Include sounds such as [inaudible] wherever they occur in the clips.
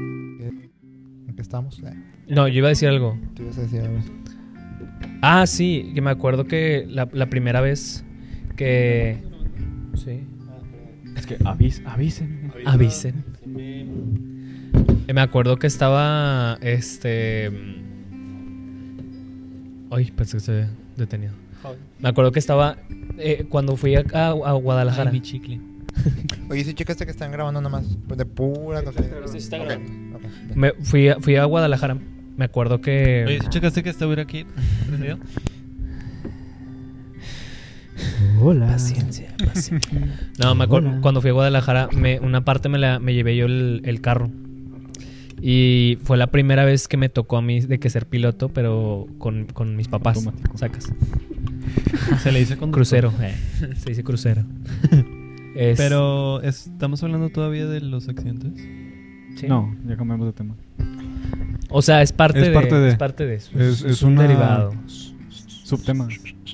¿En qué estamos? Eh, No, yo iba a decir algo. ¿Te ibas a decir algo? Ah, sí, que me acuerdo que la, la primera vez que... Sí. Es que avis, avisen. Avisen. Eh, Me acuerdo que estaba. Este. Ay, pensé que se había detenido. Me acuerdo que estaba. eh, cuando fui a, a- a Guadalajara. Ay, mi chicle. Oye, sí, checaste que están grabando nomás. Pues de pura cosa. Sí, está Ok, grabando. ok, ya. Me fui, a, fui a Guadalajara. Me acuerdo que. Oye, ¿sí checaste que estuviera aquí? ¿Prendido? Hola. [laughs] Paciencia, paciencia. No, me acuerdo, Hola. cuando fui a Guadalajara, me- una parte me, la, me llevé yo el, el carro. Y fue la primera vez que me tocó a mí de que ser piloto, pero con, con mis papás. Automático. Sacas. Se le dice con Crucero. eh, se dice [laughs] crucero. Es- Pero, ¿estamos hablando todavía de los accidentes? sí. No, ya cambiamos de tema. O sea, es parte, Es de, parte de- Es parte de eso. Es, es un una- derivado. Subtema.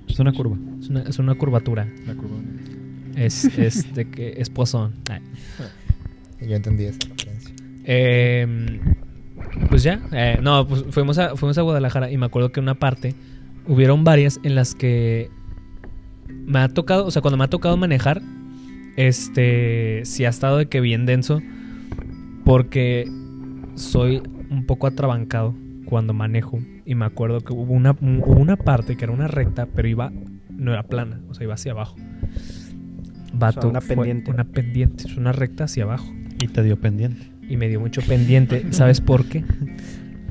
Es una curva. Es una, es una curvatura. La curva. Es, es de que es Poisson. Eh. Y Yo entendí esa referencia. Eh, pues ya, eh, no, pues fuimos a, fuimos a Guadalajara y me acuerdo que una parte, hubieron varias en las que me ha tocado, o sea, cuando me ha tocado manejar, este, sí ha estado de que bien denso, porque soy un poco atrabancado cuando manejo y me acuerdo que hubo una, hubo una parte que era una recta, pero iba, no era plana, o sea, iba hacia abajo. Vato, una fue pendiente. Una pendiente, es una recta hacia abajo Y te dio pendiente. y me dio mucho pendiente. ¿Sabes por qué?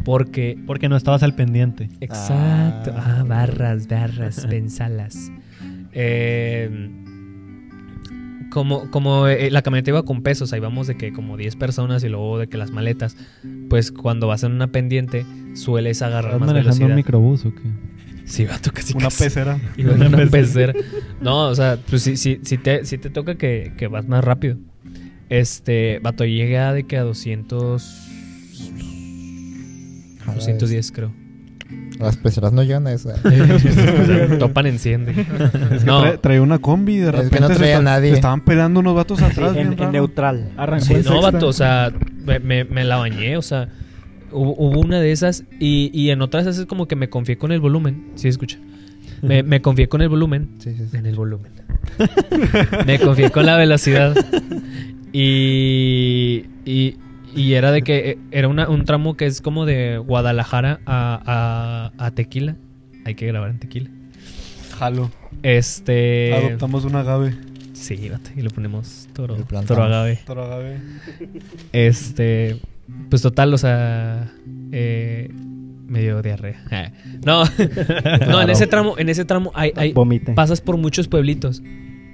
Porque. Porque no estabas al pendiente. Exacto. Ah. Ah, barras, barras, pensalas. Eh, como como eh, la camioneta iba con pesos, ahí vamos de que como 10 personas y luego de que las maletas, pues cuando vas en una pendiente sueles agarrar ¿Estabas más manejando velocidad. un microbús o qué? Sí, vato, casi Una casi. pecera. [laughs] Iba en una pecera. No, o sea, pues si, si, si, te, si te toca que, que vas más rápido. Este, vato, llega de que a 200... A la 210 creo. vez. Las peceras no llegan a eso. [laughs] eh. Topan enciende. Es que No. trae- traía una combi de Es que repente. no se traía esta- nadie. se estaban peleando unos vatos Sí, atrás. bien en, en raro. neutral. Arrancó Sí, en no, sexta. vato, o sea, me, me- me la bañé, o sea, hubo, hubo una de esas y, y en otras es como que me confié con el volumen. Sí, escucha. Me, me confié con el volumen. Sí, sí, sí. En el volumen. me confié con la velocidad. Y, y, y era de que eh, era una- un tramo que es como de Guadalajara a, a, a Tequila. Hay que grabar en Tequila. Jalo. Este. Adoptamos un agave. Sí, vato, y le ponemos toro, Le plantamos. toro agave. Otro agave. Este, pues total, o sea, eh, me dio diarrea. Eh, No, [laughs] no, en ese tramo, en ese tramo hay, hay- Vomite. pasas por muchos pueblitos.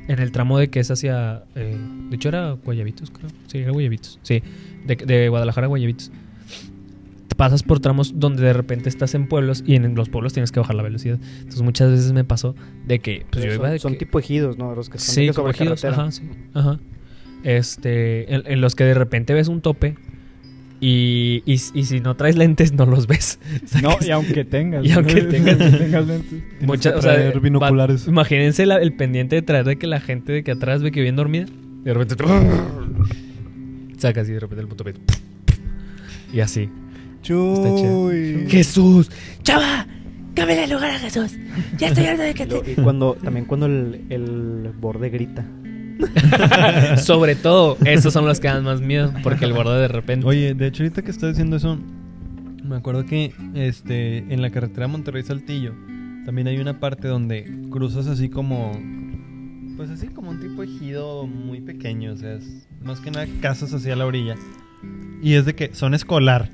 En el tramo de que es hacia, eh, de hecho era Guayabitos, creo. Sí, era Guayabitos. Sí, de, de Guadalajara a Guayabitos. Pasas por tramos donde de repente estás en pueblos y en los pueblos tienes que bajar la velocidad. Entonces muchas veces me pasó de que pues, yo son, iba de son que- tipo ejidos, ¿no? Los que están Sí, de que sobre corregidos, carretera. ajá, sí, ajá. Este, en, en los que de repente ves un tope y, y, y si no traes lentes no los ves. [laughs] No, y aunque tengas. Y aunque ¿no? tengas. [laughs] Aunque tengas lentes. Tienes Muchas, que o sea, traer va- binoculares. imagínense la- el pendiente de traer de que la gente de que atrás ve que bien dormida y de repente sacas y de repente el puto tope y así. Está chido. Chuy. Jesús, chava, [laughs] cámbiale el lugar a Jesús. Ya estoy harto de que Y lo- Y cuando, también cuando el, el borde grita. te... Sobre todo, esos son los que dan más miedo porque el borde de repente. Oye, de hecho, ahorita que estás diciendo eso, me acuerdo que este, en la carretera Monterrey-Saltillo también hay una parte donde cruzas así como. Pues así como un tipo ejido muy pequeño, o sea, es más que nada casas hacia la orilla. Y es de que son escolar,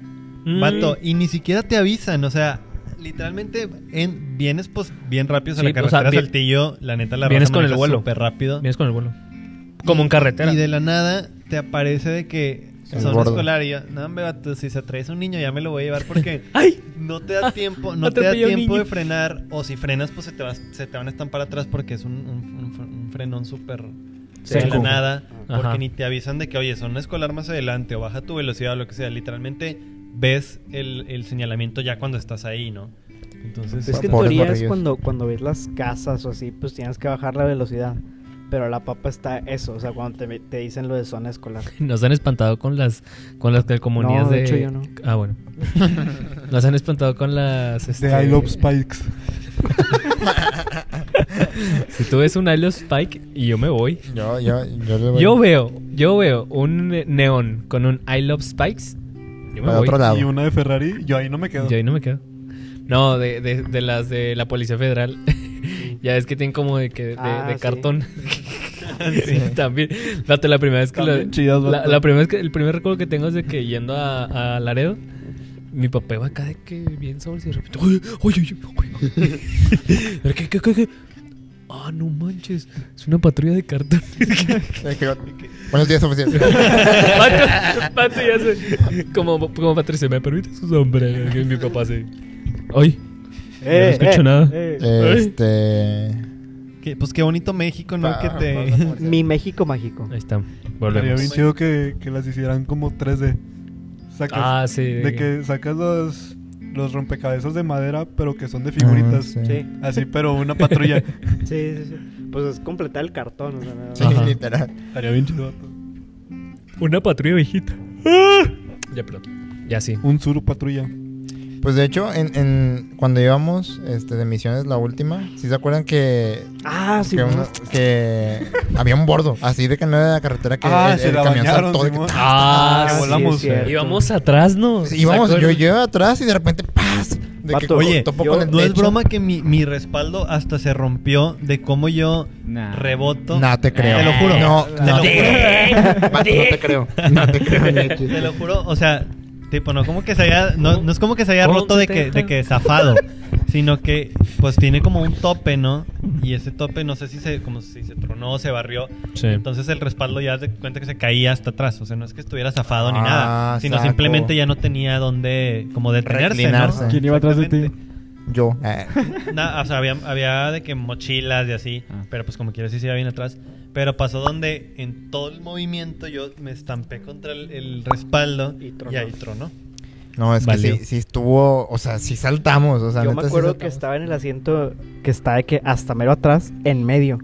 Mm. vato, y ni siquiera te avisan, o sea, literalmente en, vienes pues bien rápido a Sí, la o sea, carretera vi- Saltillo, la neta la vienes raza con el maneja vuelo. súper rápido. Vienes con el vuelo. Como en carretera. Y de la nada te aparece de que El son gordo. escolar y yo, no, hombre, vato, si se atraes un niño ya me lo voy a llevar [laughs] porque ¡Ay! no te da tiempo, no te da Atropelló a un tiempo niño. de frenar o si frenas pues se te, vas- se te van a estampar atrás porque es un, un- un- un frenón súper de la Seco. nada Ajá. porque ni te avisan de que oye, son escolar más adelante o baja tu velocidad o lo que sea, literalmente ves el, el señalamiento ya cuando estás ahí, ¿no? Entonces, Es que en Por- teoría es barrios. cuando, cuando ves las casas o así, pues tienes que bajar la velocidad. Pero la papa está eso, o sea, cuando te, te dicen lo de zona escolar. [laughs] Nos han espantado con las con las calcomanías No, de hecho yo no. Ah, [laughs] bueno. Nos han espantado con las este, De I Love Spikes. Si tú ves un I Love Spike y yo me voy. Yo, yo, yo le voy Yo veo, yo veo un eh, neón con un I Love Spikes. Yo me para voy. otro lado. Y una de Ferrari, yo ahí no me quedo. Yo ahí no me quedo. No, de, de- de las de la Policía Federal. [laughs] ya es que tienen como de que de, Ah, de sí. [laughs] cartón. Sí, también. Fíjate, la primera vez que También lo- chidas, la, vato. la primera vez que el primer recuerdo que tengo es de que yendo a, a Laredo, mi papá iba acá de que bien sobre y de repente, oye, oye, oye, oye". [laughs] Pero, ¿Qué, qué, qué, qué? Ah, no manches, es una patrulla de cartón. [laughs] Es que yo- Buenos días, oficial. [laughs] Pato, Pato ya se. Como, como Patricia, ¿me permite su sombrero? Que mi papá se. ¡Ay! Eh, no escucho nada. este. que- pues qué bonito México, ¿no? pa- Ah, que te... [laughs] pa- Mi México mágico. Ahí está, Estaría bien volvemos. chido que, que las hicieran como 3D. Sacas, Ah, sí. De que sacas los, los rompecabezas de madera, pero que son de figuritas. Ah, Sí. Así, pero una [laughs] patrulla. Sí, sí, sí. Pues es completar el cartón, o sea, nada Sí, más. Ajá. literal. Estaría bien chido. vato. Una patrulla viejita. ¡Ah! Ya, perdón. Ya sí. Un suru patrulla. Pues de hecho, en, en cuando íbamos este, de misiones la última, si se acuerdan que, Ah, sí. que, bueno. uno- que había un bordo, así de que no era la carretera que Ah, el, se el la camión bañaron, saltó de que- Simón. Ah, Ah, sí. sí, volamos. es cierto. Íbamos atrás, ¿no? Sí, íbamos, ¿Se yo, acuerdan? yo iba atrás y de repente ¡paz! De que Vato, co- oye, topo yo- con el No es techo. broma que mi, mi respaldo hasta se rompió de cómo yo Nah. reboto. No te creo. Te lo juro. No, Te no lo te juro. [laughs] creo. Vato, no te [laughs] creo. No te creo. ni aquí. [laughs] Te lo juro, o sea, tipo, no como que se haya, no, no es como que se haya ¿Cómo roto se de te que, deja? de que zafado, sino que pues tiene como un tope, ¿no? Y ese tope no sé si se, como si se tronó o se barrió. Sí. Entonces el respaldo ya te cuenta que se caía hasta atrás. O sea, no es que estuviera zafado ni Ah, nada. Sino saco. simplemente ya no tenía donde como detenerse. Reclinarse. ¿no? ¿Quién iba atrás de ti? Exactamente. Yo. eh, Na- o sea, había, había de que mochilas y así, Ah. pero pues como quieras sí se iba bien atrás. Pero pasó donde en todo el movimiento yo me estampé contra el, el respaldo Y y, tronó. ahí tronó. No, es Valió. que sí, sí estuvo. O sea, sí saltamos. O sea, Yo neta, sí me acuerdo que saltamos. estaba en el asiento que está de que hasta mero atrás, en medio.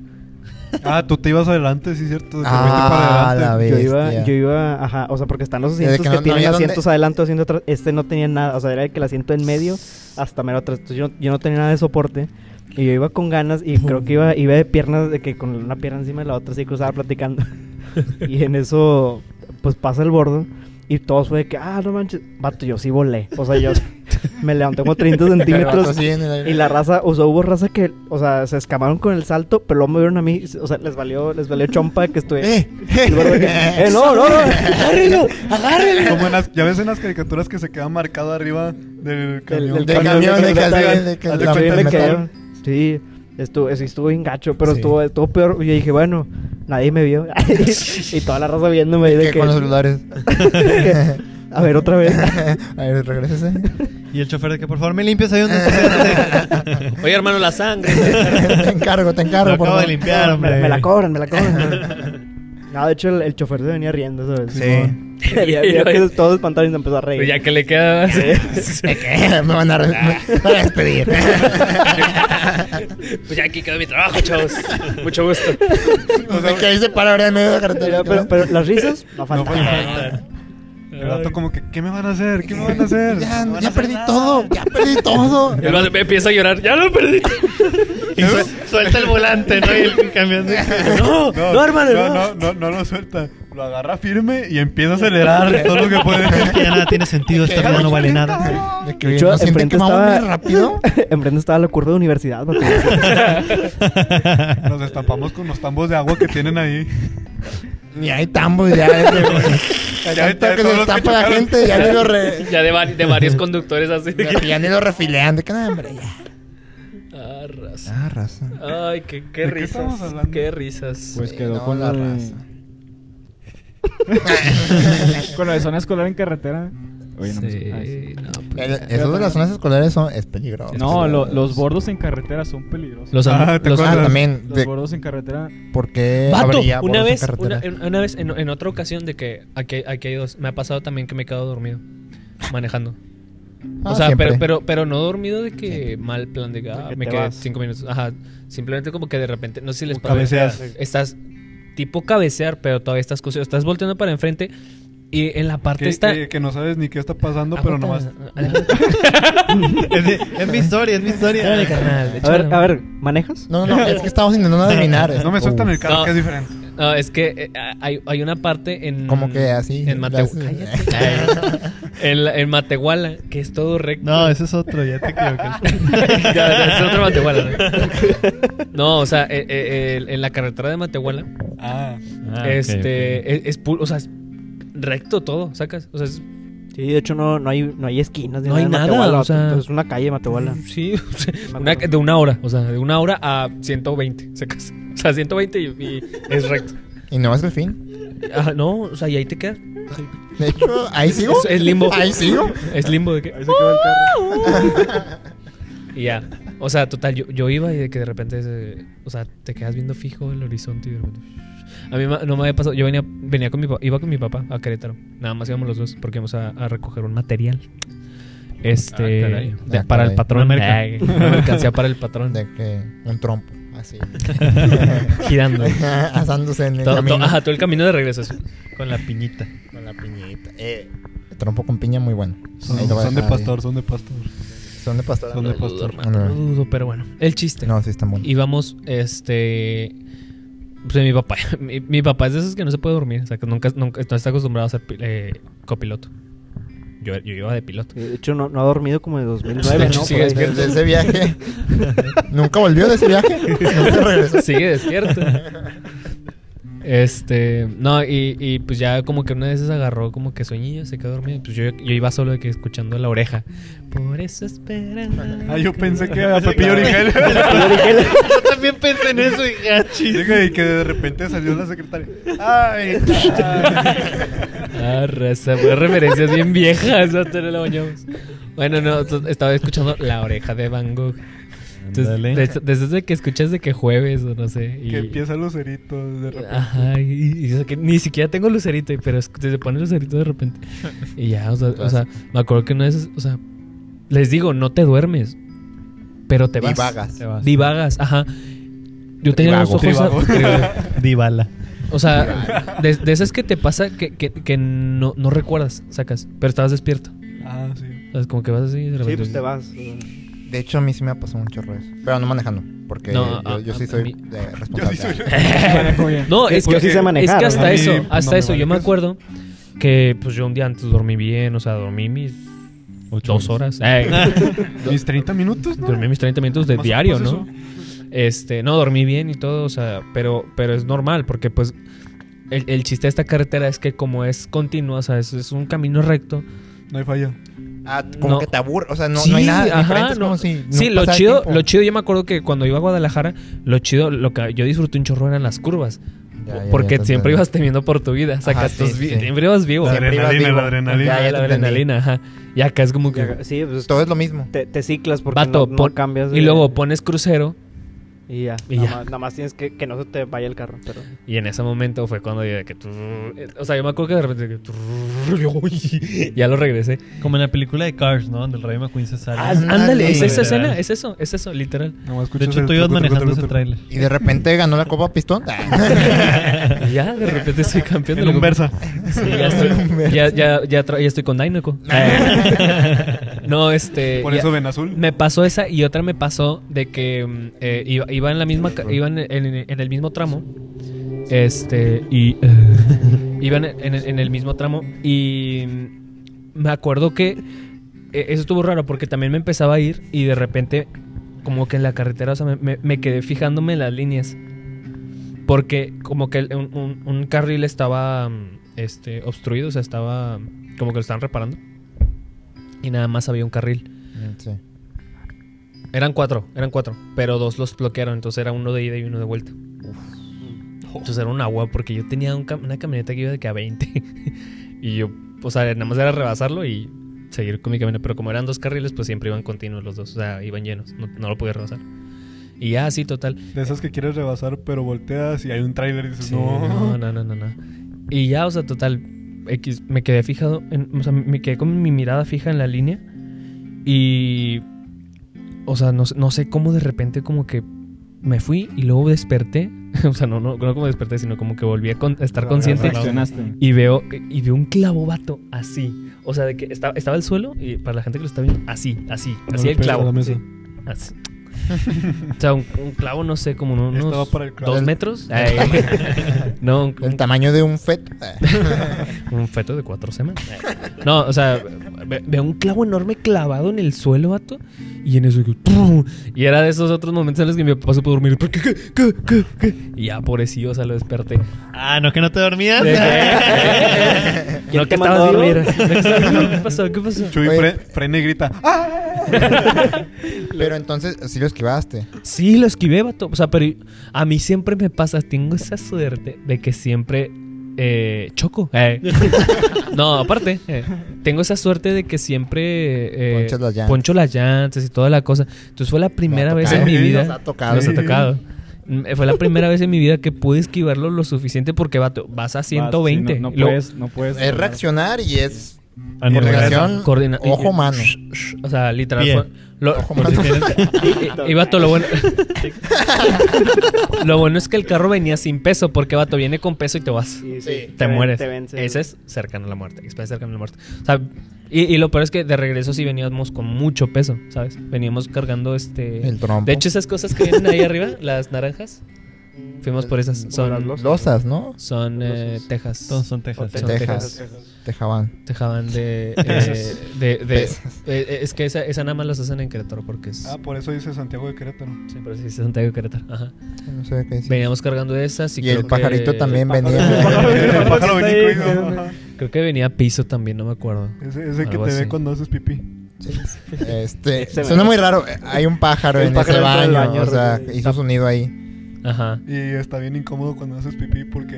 Ah, tú te ibas adelante, sí, cierto. Te fuiste para Ah, la adelante. Yo iba, bestia. yo iba, ajá, o sea, porque están los de asientos que que, no- no tienen había dónde- asientos adelante, asientos atrás. Este no tenía nada, o sea, era el que el asiento en medio hasta mero atrás. Entonces yo, yo no tenía nada de soporte y yo iba con ganas y creo [laughs] que iba, iba de piernas, de que con una pierna encima de la otra así cruzada platicando. [laughs] y en eso, pues pasa el bordo y todos fue de que, ah, no manches, vato, yo sí volé. O sea, yo [laughs] me levanté como 30 [laughs] Pero, centímetros. sí, en el aire. Y la raza, o sea, hubo raza que, o sea, se escamaron con el salto, pero luego me vieron a mí, o sea, les valió, les valió chompa que estuve. ¡Eh! El gordo que, "Eh, no, [laughs] no, no, agárrelo, agárrelo. Como en las, ya ves en las caricaturas que se queda marcado arriba del camión. del camión, de que Haz de hacen- de que cuenta, la sí, me metal. quedaron. Sí, estuvo, sí, estuvo bien gacho, pero Sí. estuvo, estuvo peor. Y yo dije, bueno, nadie me vio. [laughs] y toda la raza viéndome de Que que, con los [laughs] celulares. [laughs] a ver, otra vez. A ver, regrésese. Y el chofer de que por favor me limpias [laughs] ahí donde está. Oye, hermano, la sangre. te encargo, te encargo. Lo por acabo de favor. limpiar, me, la- hombre. [laughs] me la cobran, me la cobran. no, de hecho, el, el chofer se venía riendo, ¿sabes? Sí. [laughs] Había- había que todos espantados y se empezó a reír. Pero Pues ya que le queda. [laughs] ¿De qué? [laughs] Me van a, re- me van a despedir. [laughs] Pues ya aquí quedó mi trabajo, chavos. Mucho gusto. o sea, que ahí se para ahora en medio de la carretera. [laughs] Pero, pero- pero las risas no faltan. [laughs] El vato como que, ¿qué me van a hacer? ¿Qué me van a hacer? [laughs] ya, No van a ya hacer perdí nada. todo. Ya perdí [laughs] todo. Y luego empieza a llorar. ¡Ya lo perdí! [laughs] Suelta el volante, ¿no? Y el camión [laughs] de que, ¡No! ¡No, hermano! no, no. no, no, no lo suelta. Lo agarra firme y empieza a acelerar todo lo que puede. Ya nada tiene sentido, esta vida no vale nada. De que De hecho, ¿no sienten enfrente que me va a estaba. venir rápido. [laughs] enfrente estaba la curva de universidad, vato. Nos estampamos con los tambos de agua que tienen ahí. Y hay tambos ya. Ya, Ya, ahorita ya, que todos se los que estampa la chocaron. gente. Ya ni lo, re, Ya de, vari- de varios conductores así. ya ni lo refilean. De que no, hombre, ya. Ah, raza. Ah, raza. Ay, qué, qué ¿De qué estamos risas. hablando? Qué risas. Pues Sí, quedó no, con la la de... raza. con lo de zona escolar en carretera. Oye, no me- Sí, ah, sí. no, pues El- ya. Eso de las zonas escolares son, es peligroso. No, lo- los bordos en carretera son peligrosos. Los, Ah, ¿te los- Ah, acuerdas? también. Los De, bordos en carretera. ¿Por qué Vato, habría una bordos Eh, en vez, una, carretera? en- una vez en, en otra ocasión de que aquí, aquí hay dos, me ha pasado también que me he quedado dormido manejando. Ah, o sea, siempre. pero, pero, pero no dormido de que mal plan de que ah, De que me te quedé vas. cinco minutos. Ajá. Simplemente como que de repente, no sé si les pasa. Cabeceas. Estás tipo cabecear, pero todavía estás cosido. Estás volteando para enfrente y en la parte Que, está. que- que no sabes ni qué está pasando, pero nomás. [laughs] [laughs] es, es mi historia, es mi Dale, historia. [laughs] carnal, A ver, échale. a ver, ¿manejas? No, no, es que estamos intentando adivinar. No me sueltan el carro, No. que es diferente. No, es que eh, hay, hay una parte en. Como que así. En [laughs] Mateu- las- Cállate. [laughs] en, la- en Matehuala, que es todo recto. No, ese es otro, ya te equivoqué. [laughs] Ya, ya, es otro Matehuala. [laughs] ¿no? No, o sea, eh, eh, el- en la carretera de Matehuala, Ah, este, es, es pu- o sea, es recto todo, sacas. O sea, es- Sí, de hecho no, no, hay, no hay esquinas. ni No hay en nada, Matehuala, o sea- entonces Es una calle [laughs] de Matehuala. sí, o sea, una- de una hora, o sea, de una hora a 120, sacas. [laughs] O sea, 120 y, y es recto. Y no es el fin. Ajá, Ah, no, o sea, y ahí te quedas. De hecho, ahí sigo. Es, es limbo. Ahí sigo. Es limbo de que. ahí se queda el carro. [laughs] Y ya. O sea, total, yo, yo iba y de que de repente, eh, o sea, te quedas viendo fijo el horizonte y de repente... A mí ma- no me había pasado. Yo venía, venía con mi papá, iba con mi papá a Querétaro. Nada más íbamos los dos porque íbamos a, a recoger un material. Este. Ah, caray. de- Ah, para el caray. patrón. Una merca. Ay, Una mercancía para el patrón. De que un trompo, así. Girando. [laughs] Asándose en el todo, camino. todo- ajá, todo el camino de regreso. así, Con la piñita. Con la piñita. Eh, el trompo con piña muy bueno. Son, Ahí lo voy a son de dejar ahí. pastor, son de pastor. Son de pastor. Son de pastor. Ah, Hermano, lo dudo, pero bueno. El chiste. No, sí están buenos. íbamos, este. Pues mi papá, [laughs] mi, mi papá es de esos que no se puede dormir, o sea, que nunca, nunca no está acostumbrado a ser pi- eh, copiloto. Yo, yo iba de piloto. [laughs] De hecho no, no ha dormido como de 2009, De ¿no? hecho, Por sigue ahí. despierto. De ese viaje. [laughs] Nunca volvió de ese viaje. Nunca regresó. Sigue despierto. Este, no, y, y pues ya como que una de esas agarró como que sueñillo, se quedó dormido. Pues yo, yo iba solo de que escuchando la oreja. Por eso espera. Ah, yo pensé [laughs] que a Pepillo Origel. [laughs] [laughs] Yo también pensé en eso y gachi. Dije, y que de repente salió la secretaria. Ay, [laughs] Ah, raza, güey, referencias bien viejas, hasta no la bañamos. Bueno, no, entonces estaba escuchando La Oreja de Van Gogh. Entonces, des- desde, ese que escuchas de que jueves o no sé. Y, que empieza Lucerito de repente. Ajá, y, y eso que ni siquiera tengo lucerito, pero es, se pone lucerito de [laughs] repente. Y ya, o sea, o sea, me acuerdo que una vez, o sea, les digo, no te duermes, pero te vas. Divagas. Te vas. Divagas, ajá. Yo tenía los Trivago. ojos. Trivago. Dibala. O sea, de, de esas que te pasa que, que, que no, no recuerdas, sacas, pero estabas despierto. Ah, sí. O sea, es como que vas así y de Sí, repente. pues te vas. De hecho, a mí sí me ha pasado un chorro eso. Pero no manejando. Porque No, yo, a- yo a- sí a soy mí- de [laughs] Yo sí responsable. soy. Manejo [laughs] bien. No, Sí, es pues que, sí sé es manejar, que ¿no? hasta A mí eso, no hasta me eso, yo me manejas. acuerdo que pues yo un día antes dormí bien, o sea, dormí mis dos horas. Ay, Ah. [laughs] Mis 30 minutos, [laughs] ¿no? dormí mis 30 minutos de Más o diario, menos ¿no? Este, no, dormí bien y todo, o sea, pero, pero es normal, porque pues el, el chiste de esta carretera es que como es continua, o sea, es, es un camino recto. No hay falla. Ah, como No. que te aburre. O sea, no, no hay nada diferente. Es no. como si. no sí, lo pasara chido, tiempo. lo chido, yo me acuerdo que cuando iba a Guadalajara, lo chido, lo que yo disfruté un chorro eran las curvas. Ya, ya, ya, porque te siempre entiendo. ibas temiendo por tu vida. O sea, Ajá, que estás sí, vi- sí. siempre ibas vivo. Siempre ibas adrenalina, vivo. la Ya, adrenalina. ya la te entendí. adrenalina, ajá. Y acá es como que. Sí, pues Todo es lo mismo. te, te ciclas porque vato, no, no pon- cambias. y de- luego pones crucero. Y ya. y nada, ya. Más, nada más tienes que que no se te vaya el carro. Pero... Y en ese momento fue cuando yo de que. trrr, eh, O sea, yo me acuerdo que de repente. que trrr, yo, uy, [laughs] ya lo regresé. Como en la película de Cars, ¿no? Donde el Rey McQueen se sale. Ah, sí. Ándale, es esa literal. escena, es eso, es eso, literal. Nomás De escuchas hecho, el tú ibas truco, truco, manejando ese truco, trailer. Y [laughs] de repente ganó la Copa Pistón. [laughs] Y ya, de repente soy campeón de En la un Copa- versa. Sí, ya estoy, ya, ya, ya, tra- ya estoy con Dainoco. [laughs] no, este. truco. Por ya- eso ven azul. Me pasó esa y otra me pasó de que mm, eh, iba, iba en la misma ca- iba en, en- en el mismo tramo. Este y [laughs] iban en, en el mismo tramo y mm, me acuerdo que eh, eso estuvo raro porque también me empezaba a ir y de repente como que en la carretera, o sea, me, me- me quedé fijándome en las líneas. Porque como que el- un, un- un carril estaba mm, este obstruido, o sea, estaba mm, como que lo estaban reparando. Y nada más había un carril. Sí. Eran cuatro, eran cuatro, pero dos los bloquearon, entonces era uno de ida y uno de vuelta. Entonces era un agua, porque yo tenía un cam- una camioneta que iba de que a 20. [laughs] y yo, o sea, nada más era rebasarlo y seguir con mi camioneta. Pero como eran dos carriles, pues siempre iban continuos los dos, o sea, iban llenos, no, no lo podía rebasar. Y ya, sí, total. De esas que quieres rebasar, pero volteas y hay un trailer y dices, Sí, no. no, no, no, no, no. Y ya, o sea, total, X, me quedé fijado, en- o sea, me quedé con mi mirada fija en la línea Y. O sea, no, sé- no sé cómo de repente, como que me fui y luego desperté. [laughs] o sea, no, no, no como desperté, sino como que volví a, con- a estar consciente. Reaccionaste. Y veo, y veo un clavo vato así. O sea, de que estaba, estaba el suelo y para la gente que lo está viendo, así, así, No así le el pegues a la clavo. mesa. así, así. o sea, un, un clavo, no sé, como unos Estaba para el clavo. dos metros. Ay, [laughs] no, un, El tamaño de un [laughs] feto. un feto de cuatro semanas. No, o sea, ve- veo un clavo enorme clavado en el suelo, vato. Y en eso, digo, "Pum". y era de esos otros momentos en los que mi papá se pudo dormir. ¿Qué, qué, qué, qué, qué? Y ya, pobrecillo, o sea, lo desperté. [laughs] Ah, no, que no te dormías. [laughs] De que- que- ¿Quién No, te que mandó estaba a dormir? [laughs] dormir. ¿Qué pasó? ¿Qué pasó? [laughs] Chuy Oye. fre- frena y grita. ¡Ah! Pero entonces sí lo esquivaste. Sí, lo esquivé, vato. O sea, pero a mí siempre me pasa, tengo esa suerte de que siempre eh, choco. [laughs] Eh. no, aparte, eh, tengo esa suerte de que siempre eh, Ponchas las llantas. poncho las llantas y toda la cosa. Entonces fue la primera ha vez tocado. en mi Sí, vida. nos ha tocado. Nos ha Sí. tocado. Mm, Fue la primera vez en mi vida que pude esquivarlo lo suficiente porque, vato, vas a 120. Vas, sí, no, no y luego- puedes, no puedes. [laughs] Es [laughs] reaccionar y es coordinación. Coordinación. Coordina- ojo mano. O sea, literal. Bien. fue- lo- [laughs] Ojo mano. [laughs] [laughs] y, y- y, vato, lo bueno. [laughs] lo bueno es que el carro venía sin peso, porque vato viene con peso y te vas. Sí, sí, Te Te ven- mueres. te vence. Ese es cercano a la muerte. Express cercano a la muerte. O sea, y, y lo peor es que de regreso sí veníamos con mucho peso, ¿sabes? Veníamos cargando este. El trompo. De hecho, esas cosas que vienen ahí arriba, las naranjas, fuimos por esas. Como las Son, losas. losas, ¿no? son eh, Losas. Texas. Todos son Texas. Son Texas. Tejaban. Tejaban de. eh, Pesos. de, de- Pesos. eh, eh, es que esa, esa nada más las hacen en Querétaro porque es. Ah, por eso dice Santiago de Querétaro. sí, pero sí, es Santiago de Querétaro. Ajá. No sé qué decir. Veníamos cargando esas y, Y creo el pajarito que- también [laughs] [laughs] El venía. pájaro Está ahí, venico, ¿no? ajá. Creo que venía piso también, no me acuerdo. Ese, ese que Algo te así. ve cuando haces pipí. Este, Ese suena me- muy raro. Hay un pájaro El en pájaro ese dentro del baño. baño, o sea, sí. hizo su nido ahí. [laughs] Ajá. Y está bien incómodo cuando haces pipí porque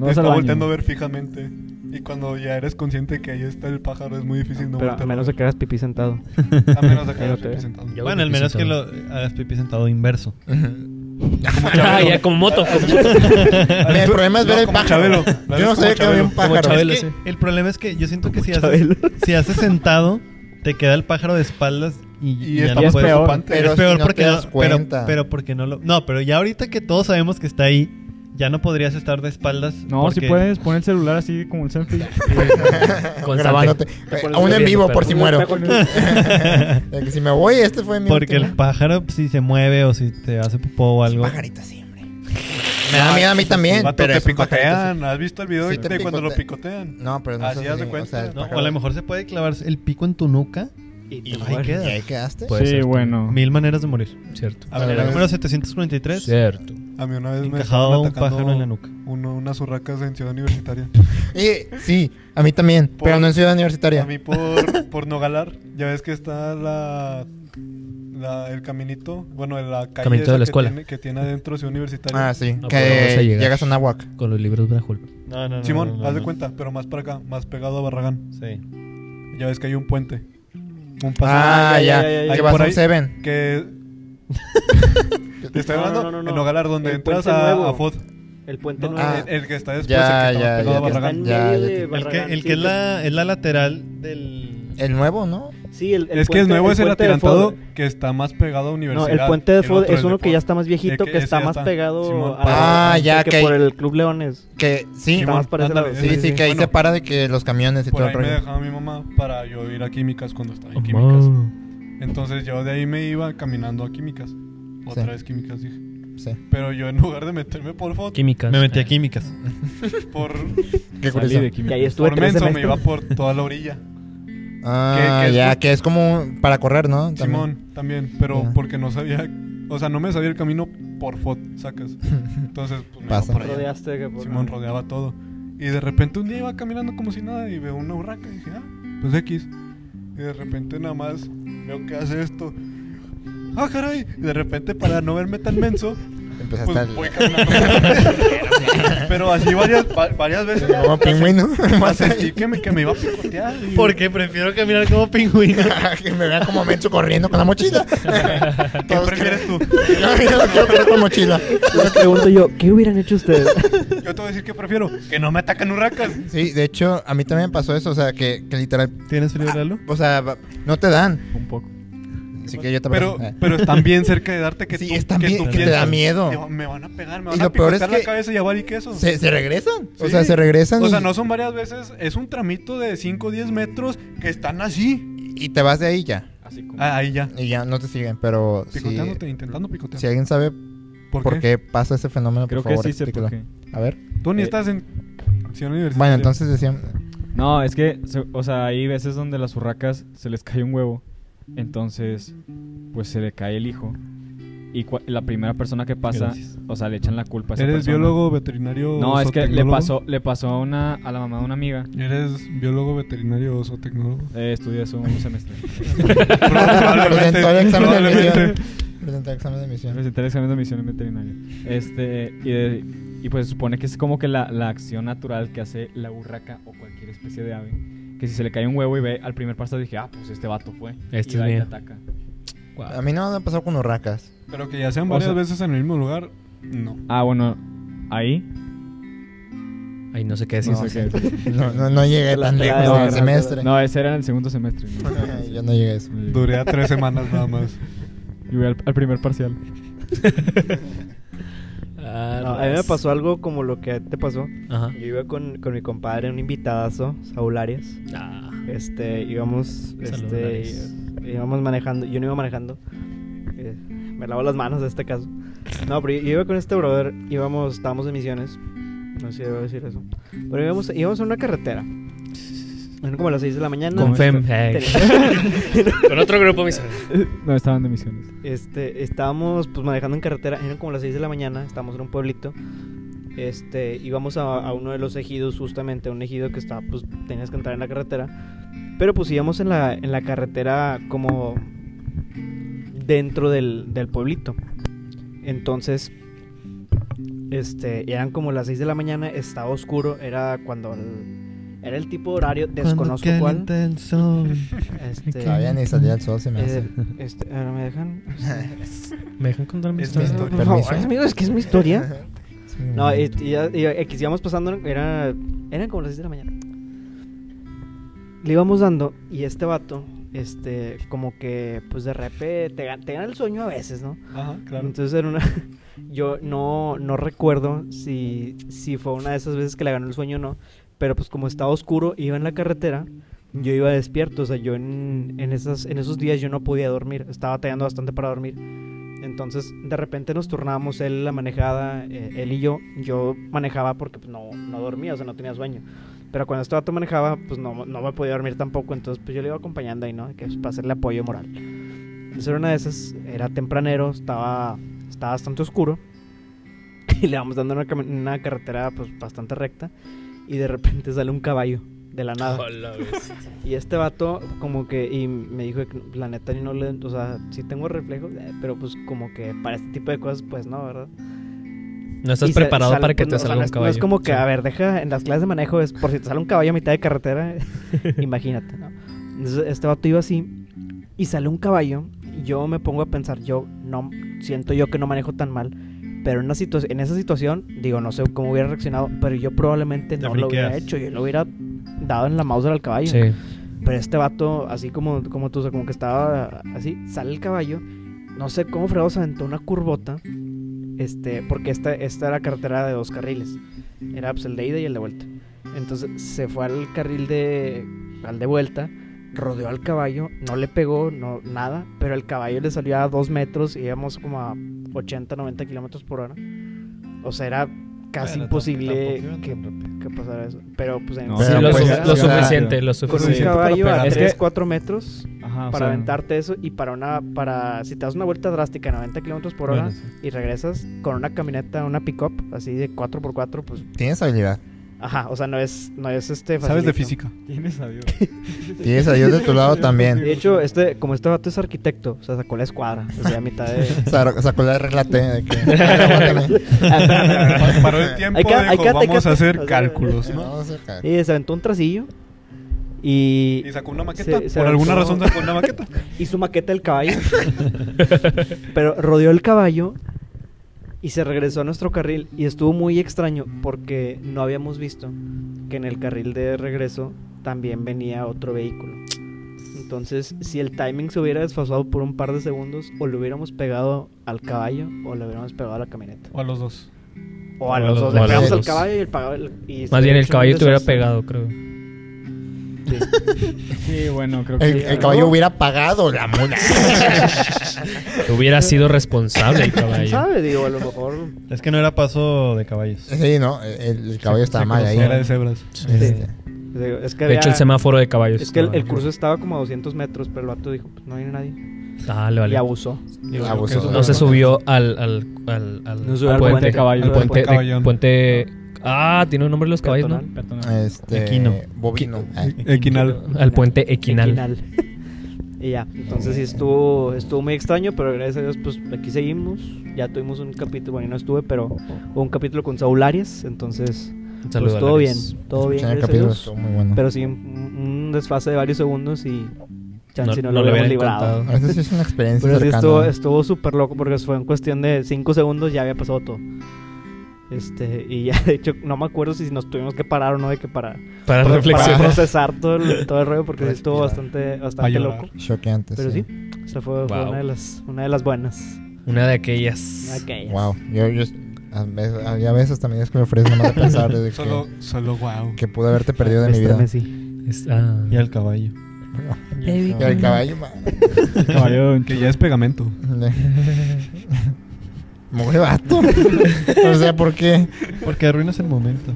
te vas está al baño. volteando a ver fijamente. Y cuando ya eres consciente que ahí está el pájaro, es muy difícil no Pero voltear. a menos de que hagas pipí sentado. A menos de que Ahí no hayas te ve. representado. [laughs] Ya Bueno, al menos que lo sentado. hagas pipí sentado inverso. Ujú. Ah, ya, como moto. como moto. El problema es ver No, el como pájaro. Chabelo. La Yo no ves sabía como que había Chabelo. un Como pájaro. Chabelo, Es [laughs] que sí. el problema es que yo siento que si haces, Chabelo. [laughs] si haces sentado, te queda el pájaro de espaldas y, Y, y ya está no es más puedes. peor. preocupante. Pero es peor si no porque te no, das pero, cuenta. pero porque no lo. No, pero ya ahorita que todos sabemos que está ahí, ya no podrías estar de espaldas. No, si porque- puedes, pon el celular así como un selfie. Constante. Grabándote. Te pones Aún en viendo, vivo, pero- por si muero. [laughs] [laughs] De que si me voy, este fue mi Porque el último. pájaro, si se mueve o si te hace popó o algo. Pajarito siempre. Me da miedo a mí también. Vato, Pero te es un pajarito, picotean. ¿Has visto el video Sí, de te cuando lo picotea. picotean? sí. No, pero no Así sé haz de si- cuenta, el ¿no? pájaro- O a lo mejor se puede clavar el pico en tu nuca. Y te Ay, Ahí ¿qué- quedas. ahí quedaste. Pues- Puede Sí, ser bueno. Mil maneras de morir. Cierto. A ver, El a ver. número 743. Cierto. A mí una vez me Encajado estaban un atacando pájaro en la nuca. uno- unas urracas en Ciudad Universitaria. Eh, sí, a mí también. Por- Pero no en Ciudad A Universitaria. mí por, por no galar. Ya ves que está la, la- el caminito, bueno, la calle Caminito esa de la que escuela. tiene- que tiene adentro Ciudad Universitaria. Ah, sí. No, pero vamos a que llegar. llegas a Nahuac. Con los libros de Brajul. No, no, no. Simón, no, no, haz de no. cuenta, pero más para acá, más pegado a Barragán. Sí. Ya ves que hay un puente. Un paso. Ah, ya. ya, ya, Pues, ya. Que vas Por a un ahí. Seven. [laughs] Que. Te estoy No, hablando no, no, no, en no. Hogalar, donde El entras puente a, nuevo. a FOD. El puente No, nuevo. Ah, Ah, el, el que está después, ya, el que ya, ya, está más pegado a que está Barragán. en Ya, medio ya de te- El que, Barragán, el sí, que es, la, es la lateral del. El nuevo, ¿no? Sí, el, el es que el puente- nuevo es el puente de atirantado Ford. que está más pegado a No, universidad. el puente de Ford otro es el uno de que ya Ford. está más viejito, Eh, que, que ese está ya más está. pegado Simón. a la- Ah, ya, que que- por el Club Leones. Que sí. Simón. más para ese ándale, lado. Sí, ese, sí, que ahí bueno, se para de que los camiones y Por todo ahí el me rollo. dejaba mi mamá para yo ir a químicas cuando estaba en químicas. Amor. Entonces yo de ahí me iba caminando a químicas. Otra Sí. vez químicas dije. Sí. Pero yo en lugar de meterme por FOD, Químicas. Ah, Me metí a químicas. [laughs] por, Qué Salí curioso. de Y química. ahí estuve por tres menso me iba semestres. por toda la orilla. Ah, Que- que es ya, por- que es como un- para correr, ¿no? [laughs] También. Simón también, pero Ya. porque no sabía, o sea, no me sabía el camino por FOD, [laughs] sacas. Entonces, pues me Pasa. iba por allá. Rodeaste que por- Simón rodeaba todo. Y de repente un día iba caminando como si nada y veo una urraca y dije, ah, pues X. Y de repente nada más veo que hace esto. ¡Ah, caray! Y de repente para no verme tan menso, [laughs] Empezaste pues al- [laughs] voy caminando. Pero así varias, va- varias veces. Como [laughs] pingüino. Hasta Sentí que me, que me iba a picotear. y- Porque prefiero caminar como pingüino. [laughs] que me vea como Mencho corriendo con la mochila. [laughs] ¿Qué Todos prefieres [laughs] tú? creen- Yo, yo- yo creo con mochila. Les pregunto yo, ¿qué hubieran hecho ustedes? Yo te voy a decir que prefiero. Que no me ataquen huracas. Sí, de hecho, a mí también me pasó eso. O sea, que, que literal. ¿Tienes frío, Lalo? O sea, va- no te dan. Un poco. Así que yo te Pero, eh. pero están bien cerca de darte que Sí, tú, están bien- tú que te piensas, da miedo. "Te va- Me van a pegar, me Y van lo a peor es picotear la que- cabeza y ya vale que eso. ¿Se, se regresan. O Sí. sea, se regresan. O y- sea, no son varias veces, es un tramito de 5 o 10 metros que están así. Y te vas de ahí ya. Así como. Ah, Ahí ya. Y ya no te siguen. Pero si, Picoteándote, intentando picotear. si alguien sabe ¿Por, por qué? qué pasa ese fenómeno, Creo por favor, que sí sé por explíquelo. qué. A ver. Tú ni Eh, estás en acción universitaria. Bueno, entonces decían. No, es que, se- o sea, hay veces donde las urracas se les cae un huevo, entonces, pues se le cae el hijo. Y cua- la primera persona que pasa, Gracias. o sea, le echan la culpa a esa ¿Eres persona. biólogo veterinario No, es que le zootecnólogo? pasó, le pasó a, una, a la mamá de una amiga. ¿Eres biólogo veterinario o [laughs] zootecnólogo? Eh, estudié eso [laughs] un semestre. Probablemente, Presentó el examen de admisión. probablemente. Presentó el examen de admisión. Presenté el examen de admisión en veterinario. Este, y, de- y pues se supone que es como que la, la acción natural que hace la urraca o cualquier especie de ave. Que si se le cae un huevo y ve al primer paso, dije, ah, pues este vato fue. Este y es va y te mío. ataca. A mí no me ha pasado con urracas. Pero que ya sean O varias sea- veces en el mismo lugar, no. Ah, bueno, ahí. Ay, no sé qué decir. No, sé qué decir. No, no, no llegué La- tan la lejos de en el urracas. semestre. No, ese era en el segundo semestre. ¿no? Yo no llegué a eso. Duré a tres semanas nada más. Y voy al, al primer parcial. Ah, [laughs] No, a mí me pues. pasó algo como lo que te pasó. Ajá. Yo iba con, con mi compadre, un invitadazo, Saúl Arias. Ah, Este, íbamos, Saludos, este, Alex. íbamos manejando, yo no iba manejando, eh, me lavo las manos en este caso. No, pero yo iba con este brother, íbamos, estábamos de misiones, no sé si debo decir eso, pero íbamos, íbamos en una carretera, eran como las 6 de la mañana. Con Fem. Con otro grupo, mis No, estaban de misiones. Este, estábamos pues manejando en carretera, eran como las 6 de la mañana, estábamos en un pueblito. Este, íbamos a, a uno de los ejidos justamente, un ejido que estaba pues tenías que entrar en la carretera. Pero pues íbamos en la, en la carretera como dentro del, del pueblito. Entonces, este, eran como las 6 de la mañana, estaba oscuro, era cuando el- era el tipo de horario, desconozco cuál. El sol. Este, Todavía ni salía el sol, se me hace. eh, este, ah, ¿me dejan? [laughs] ¿Me dejan contar mi Es historia? mi historia. Por favor, Permiso. amigos, que es mi historia. Sí, No, y, y ya- y ya- X, íbamos pasando, era, eran como las 6 de la mañana. Le íbamos dando y este vato, este, como que, pues de repente, te, ga- te gana el sueño a veces, ¿no? Ajá, claro. Entonces era una... [laughs] Yo no, no recuerdo si, si fue una de esas veces que le ganó el sueño o no, pero pues como estaba oscuro, iba en la carretera, yo iba despierto, o sea, yo en, en, esas, en esos días yo no podía dormir, estaba batallando bastante para dormir. Entonces de repente nos turnábamos, él la manejada, eh, él y yo, yo manejaba porque pues, no, no dormía, o sea, no tenía sueño. Pero cuando este vato manejaba, pues no, no me podía dormir tampoco, entonces pues yo le iba acompañando ahí, ¿no? Que es para hacerle apoyo moral. Entonces era una de esas, era tempranero, estaba, estaba bastante oscuro. [laughs] Y le vamos dando una, cami- una carretera pues bastante recta. Y de repente sale un caballo de la nada. [laughs] Y este vato como que y me dijo que la neta yo no le, o sea, sí tengo reflejos, eh, pero pues como que para este tipo de cosas pues no, ¿verdad? No estás Y sa- preparado sale- para que pues, te no, o sea, salga no un es- caballo. No es como que, Sí. a ver, deja en las clases de manejo, es por si te sale un caballo a mitad de carretera, eh, [laughs] imagínate, ¿no? Entonces, este vato iba así y sale un caballo. y Yo me pongo a pensar, yo no siento yo que no manejo tan mal, pero en, una situa- en esa situación, digo, no sé cómo hubiera reaccionado, pero yo probablemente Te no lo hubiera friqueas. hecho, yo lo hubiera dado en la mouse al caballo. Sí. Pero este vato, así como, como tú, o sea, como que estaba así, sale el caballo. No sé cómo fregado se aventó una curvota. Este, porque esta, esta era carretera de dos carriles. Era pues, el de ida y el de vuelta. Entonces se fue al carril de. al de vuelta. Rodeó al caballo, no le pegó, no, nada, pero el caballo le salió a dos metros y íbamos como a 80, 90 kilómetros por hora. O sea, era [laughs] casi Bueno, imposible tampoco iba tan que, rápido. que pasara eso. Pero pues en No, Sí, Pero lo, pues, su- ya- ya- lo suficiente, lo con un suficiente. caballo a pegar. Es que- 3, 4 metros Ajá, Ah, o para sea, aventarte eso y para una para si te das una vuelta drástica a 90 kilómetros por hora Bueno, sí. y regresas con una camioneta, una pick-up así de 4x4, pues Tienes habilidad. Ajá, o sea, no es, no es este. Sabes de facilito. física. Tienes a Dios. Tienes a Dios de tu lado De también. hecho, este, como este vato es arquitecto, o sea, sacó la escuadra. O sea, a mitad de. [laughs] Sa- Sacó la regla T de que. Aguántame. Ah, espera, espera, espera. Pa- [laughs] Paró el tiempo, Hay que- hay dijo, que- hay que- vamos a o hacer sea, cálculos, ¿no? Vamos a sacar. Sí, se aventó un tracillo. Y, Y sacó una maqueta. Se- se Por alguna aventó- razón sacó una maqueta. y su maqueta del caballo. [laughs] Pero rodeó el caballo y se regresó a nuestro carril. Y estuvo muy extraño porque no habíamos visto que en el carril de regreso también venía otro vehículo. Entonces, si el timing se hubiera desfasado por un par de segundos, o le hubiéramos pegado al caballo o le hubiéramos pegado a la camioneta. [laughs] O a los dos. O a O a los los dos, le dos. pegamos al Los- caballo y el caballo. y se Más bien hubiera el hecho un caballo te hubiera desastre. pegado, creo. Sí, bueno, creo que. El, el Uh. caballo hubiera pagado la [laughs] mula. Hubiera sido responsable el caballo. ¿Sabe? Digo, a lo mejor. Es que no era paso de caballos. Sí, no, el, el caballo estaba Se mal ahí. cruzó, Era de cebras. Este, digo, Es que De hecho, había- el semáforo de caballos. Es que el, estaba- el curso estaba como a 200 metros, pero el vato dijo, pues no viene nadie. Ah, le Y valió. abusó. Yo pues, abusó. creo ah, que eso No fue se lo- subió al, al, al, al- No subió al al puente de caballo. al puente, Al de- caballón. puente- Ah, tiene un nombre los caballos, ¿no? Peatonal. Perdón. este, Equino. Bovino. Ah, Ay. [laughs] Eh, Equinal. Al puente equinal. [laughs] y ya, entonces sí estuvo, estuvo muy extraño, pero gracias a Dios, pues aquí seguimos. Ya tuvimos un capítulo, bueno, yo no estuve, pero hubo un capítulo con Saúl Arias, entonces, Un pues saludo a todo bien, Alex. todo bien, Escuché el gracias a capítulo, Dios. estuvo muy bueno. Pero sí, un, un desfase de varios segundos y No, chance no, no lo lo habíamos hubieran librado. contado. Esa sí es una experiencia Pero sí cercana. estuvo, estuvo súper loco porque fue en cuestión de 5 segundos ya había pasado todo. Este, y ya [laughs] de hecho no me acuerdo si nos tuvimos que parar o no de que parar. Para- Para Pues, Para reflexionar. procesar todo el, todo el rollo porque sí estuvo Respirar. bastante, Pa' bastante llorar. loco. Choqueante, Pero sí, esa fue, fue Wow. una, de las, una de las buenas. Una de aquellas. Ok. Wow. Yo, yo a veces, a- ya a veces también es que me ofrece nomás de pensar desde que, Solo, solo wow. que pude haberte perdido de Me mi vida. estremecí. Es- ah. Y al caballo. Y el caballo. ma- [laughs] Caballo. Que ya es pegamento. Mujer [laughs] vato. o sea, ¿por qué? Porque arruinas el momento.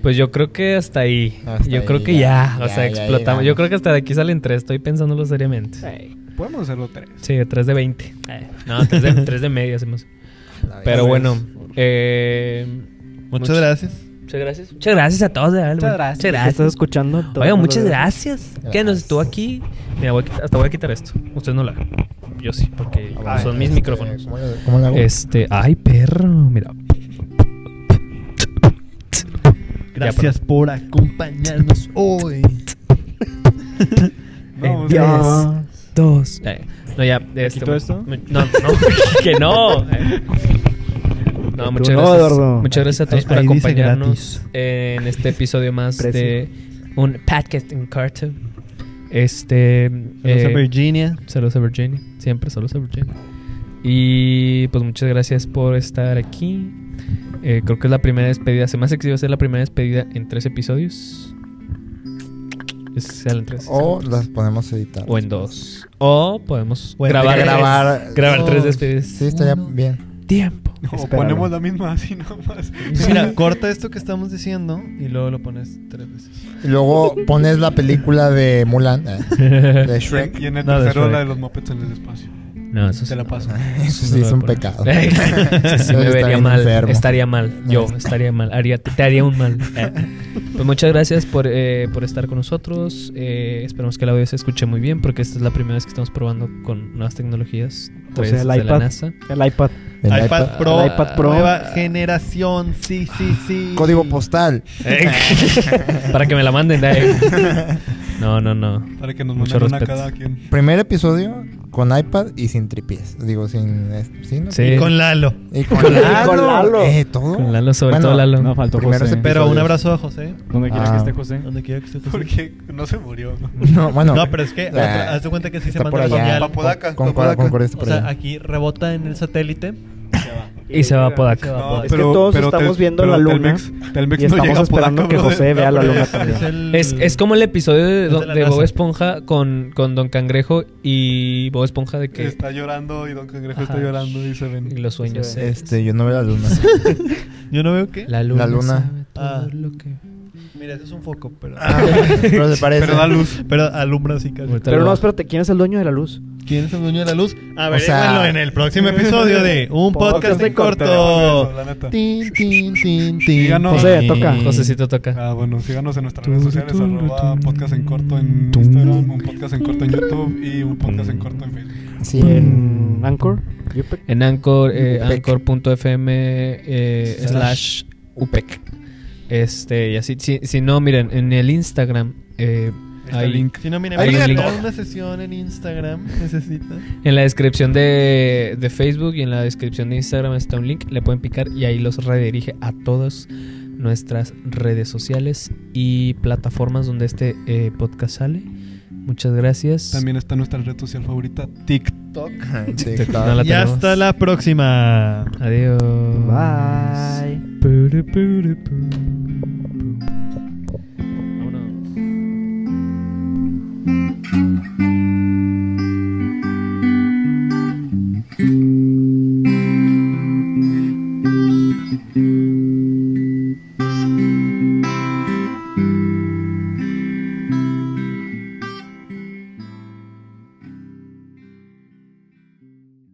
Pues yo creo que hasta ahí. Hasta yo ahí creo que ya, ya. ya, o sea, ya explotamos. llegamos. yo creo que hasta de aquí salen tres. Estoy pensándolo seriamente. Podemos hacerlo tres. Sí, tres de 20. No, tres de, tres de media hacemos. Pero bueno. eh, Muchas Much- gracias. muchas gracias. Muchas gracias a todos. de verdad, Muchas gracias. Muchas ¿Estás escuchando? Oiga, muchas gracias. Que Gracias. nos estuvo aquí. Mira, voy a quitar- hasta voy a quitar esto. Ustedes no la hagan. Yo sí, porque Ah, son bueno, mis este, micrófonos. ¿Cómo le, cómo le hago? Este, ay, perro. Mira. Gracias por acompañarnos hoy. No, En o sea, tres, dos. eh, no, ya. Este, quito esto? me- No, no, [laughs] que no. eh. No, Tú muchas gracias. no, Eduardo. Muchas gracias a todos Ahí- por ahí dice acompañarnos gratis. en este episodio más Precio. de un podcast en cartoon. Este. Saludos a eh, Virginia. Saludos a Virginia. Siempre saludos a Virginia. Y pues muchas gracias por estar aquí. Eh, creo que es la primera despedida. Se me hace que sí va a ser la primera despedida en tres episodios. Es salen tres. O las podemos editar. O en dos. O podemos O en grabar, tres. grabar, grabar No. tres despedidas. Sí, estaría bien. Tiempo. o Espéralo. [laughs] ponemos la misma [laughs] así nomás. Mira, corta esto que estamos diciendo y luego lo pones tres veces. Y luego pones la película de Mulan, eh, [laughs] de Shrek. Y en el No, de tercero Shrek. la de los mopeds en el espacio. No, eso Te sí la no. paso. Eso no sí lo es un voy a poner. [laughs] pecado. Sí, sí, Eso me está vería bien mal. enfermo. Estaría mal. No, Yo está- estaría mal. Haría, te, te haría [laughs] un mal. Eh. Pues muchas gracias por, eh, por estar con nosotros. Eh, esperamos que el audio se escuche muy bien porque esta es la primera vez que estamos probando con nuevas tecnologías. O Pues sea, el de la iPad. NASA. El iPad. El iPad, iPad. Pro. El iPad Pro. Nueva generación. Sí, sí, sí. Código postal. Eh, [laughs] Para que me la manden. eh. No, no, no. Para que nos Mucho manden una respeto. cada quien. [laughs] Primer episodio con iPad y sin tripies. Digo, sin. eh, Sí, ¿no? Sí. Con Lalo. [laughs] Y con, Con Lalo. Lalo. Eh, todo. Con Lalo, sobre Bueno, todo Lalo. No, faltó Primero José. se pe- Pero un Episodios. abrazo a José. Donde quiera Ah. que esté José. Donde quiera que esté José. Porque no se murió. No, bueno. No, pero es que Ah, haz de cuenta que sí se está por manda allá. la señal. Popodaca, Con, con, Popodaca. con corriente O por sea, allá. aquí rebota en el satélite. Y se va a Se Podaca. va a No, Popodaca. Es que todos estamos viendo la luna Telmex, Telmex y no estamos llega a esperando Podaca, que brother. [laughs] José vea la pero- luna también. el- Es, es como el episodio de, Mm. Es Don- de la de Bob NASA. Esponja con, con Don Cangrejo y Bob Esponja de que... Está llorando y Don Cangrejo está Ah, Ajá. llorando y se Y ven. los sueños. Sí. eh. Este, yo no veo la [laughs] luna. Yo no veo qué. La La luna. luna. sabe todo Ah. lo que- Mira, eso es un foco, pero. pero se Ah, parece. Pero da luz. [laughs] Pero alumbra así casi. Ahorita Pero lo- no, espérate, ¿quién es el dueño de la luz? ¿Quién es el dueño de la luz? O sea- Averígüenlo en el próximo episodio de Un [laughs] Podcast Podcast en en Corto. Corto. La neta. Tin, tin, tin, tin, Díganos. tin. José, toca. Josecito toca. Ah, bueno, síganos en nuestras redes sociales, arroba podcast en corto en Instagram, un podcast en corto en YouTube y un podcast en corto en Facebook. Sí. En Anchor, Yupek. En Anchor, eh, Upec. anchor.fm eh, slash upec. Este, y así, si, si no, miren, en el Instagram, eh, ahí- Si no, miren, Ahí para link. crear una sesión en Instagram [laughs] necesita. en la descripción de, de Facebook y en la descripción de Instagram está un link, le pueden picar y ahí los redirige a todas nuestras redes sociales y plataformas donde este eh, podcast sale. Muchas gracias. También está nuestra red social favorita, TikTok. [laughs] Sí, Te- claro. no la Y tenemos. hasta la próxima. Adiós. Bye. Puru, puru, puru.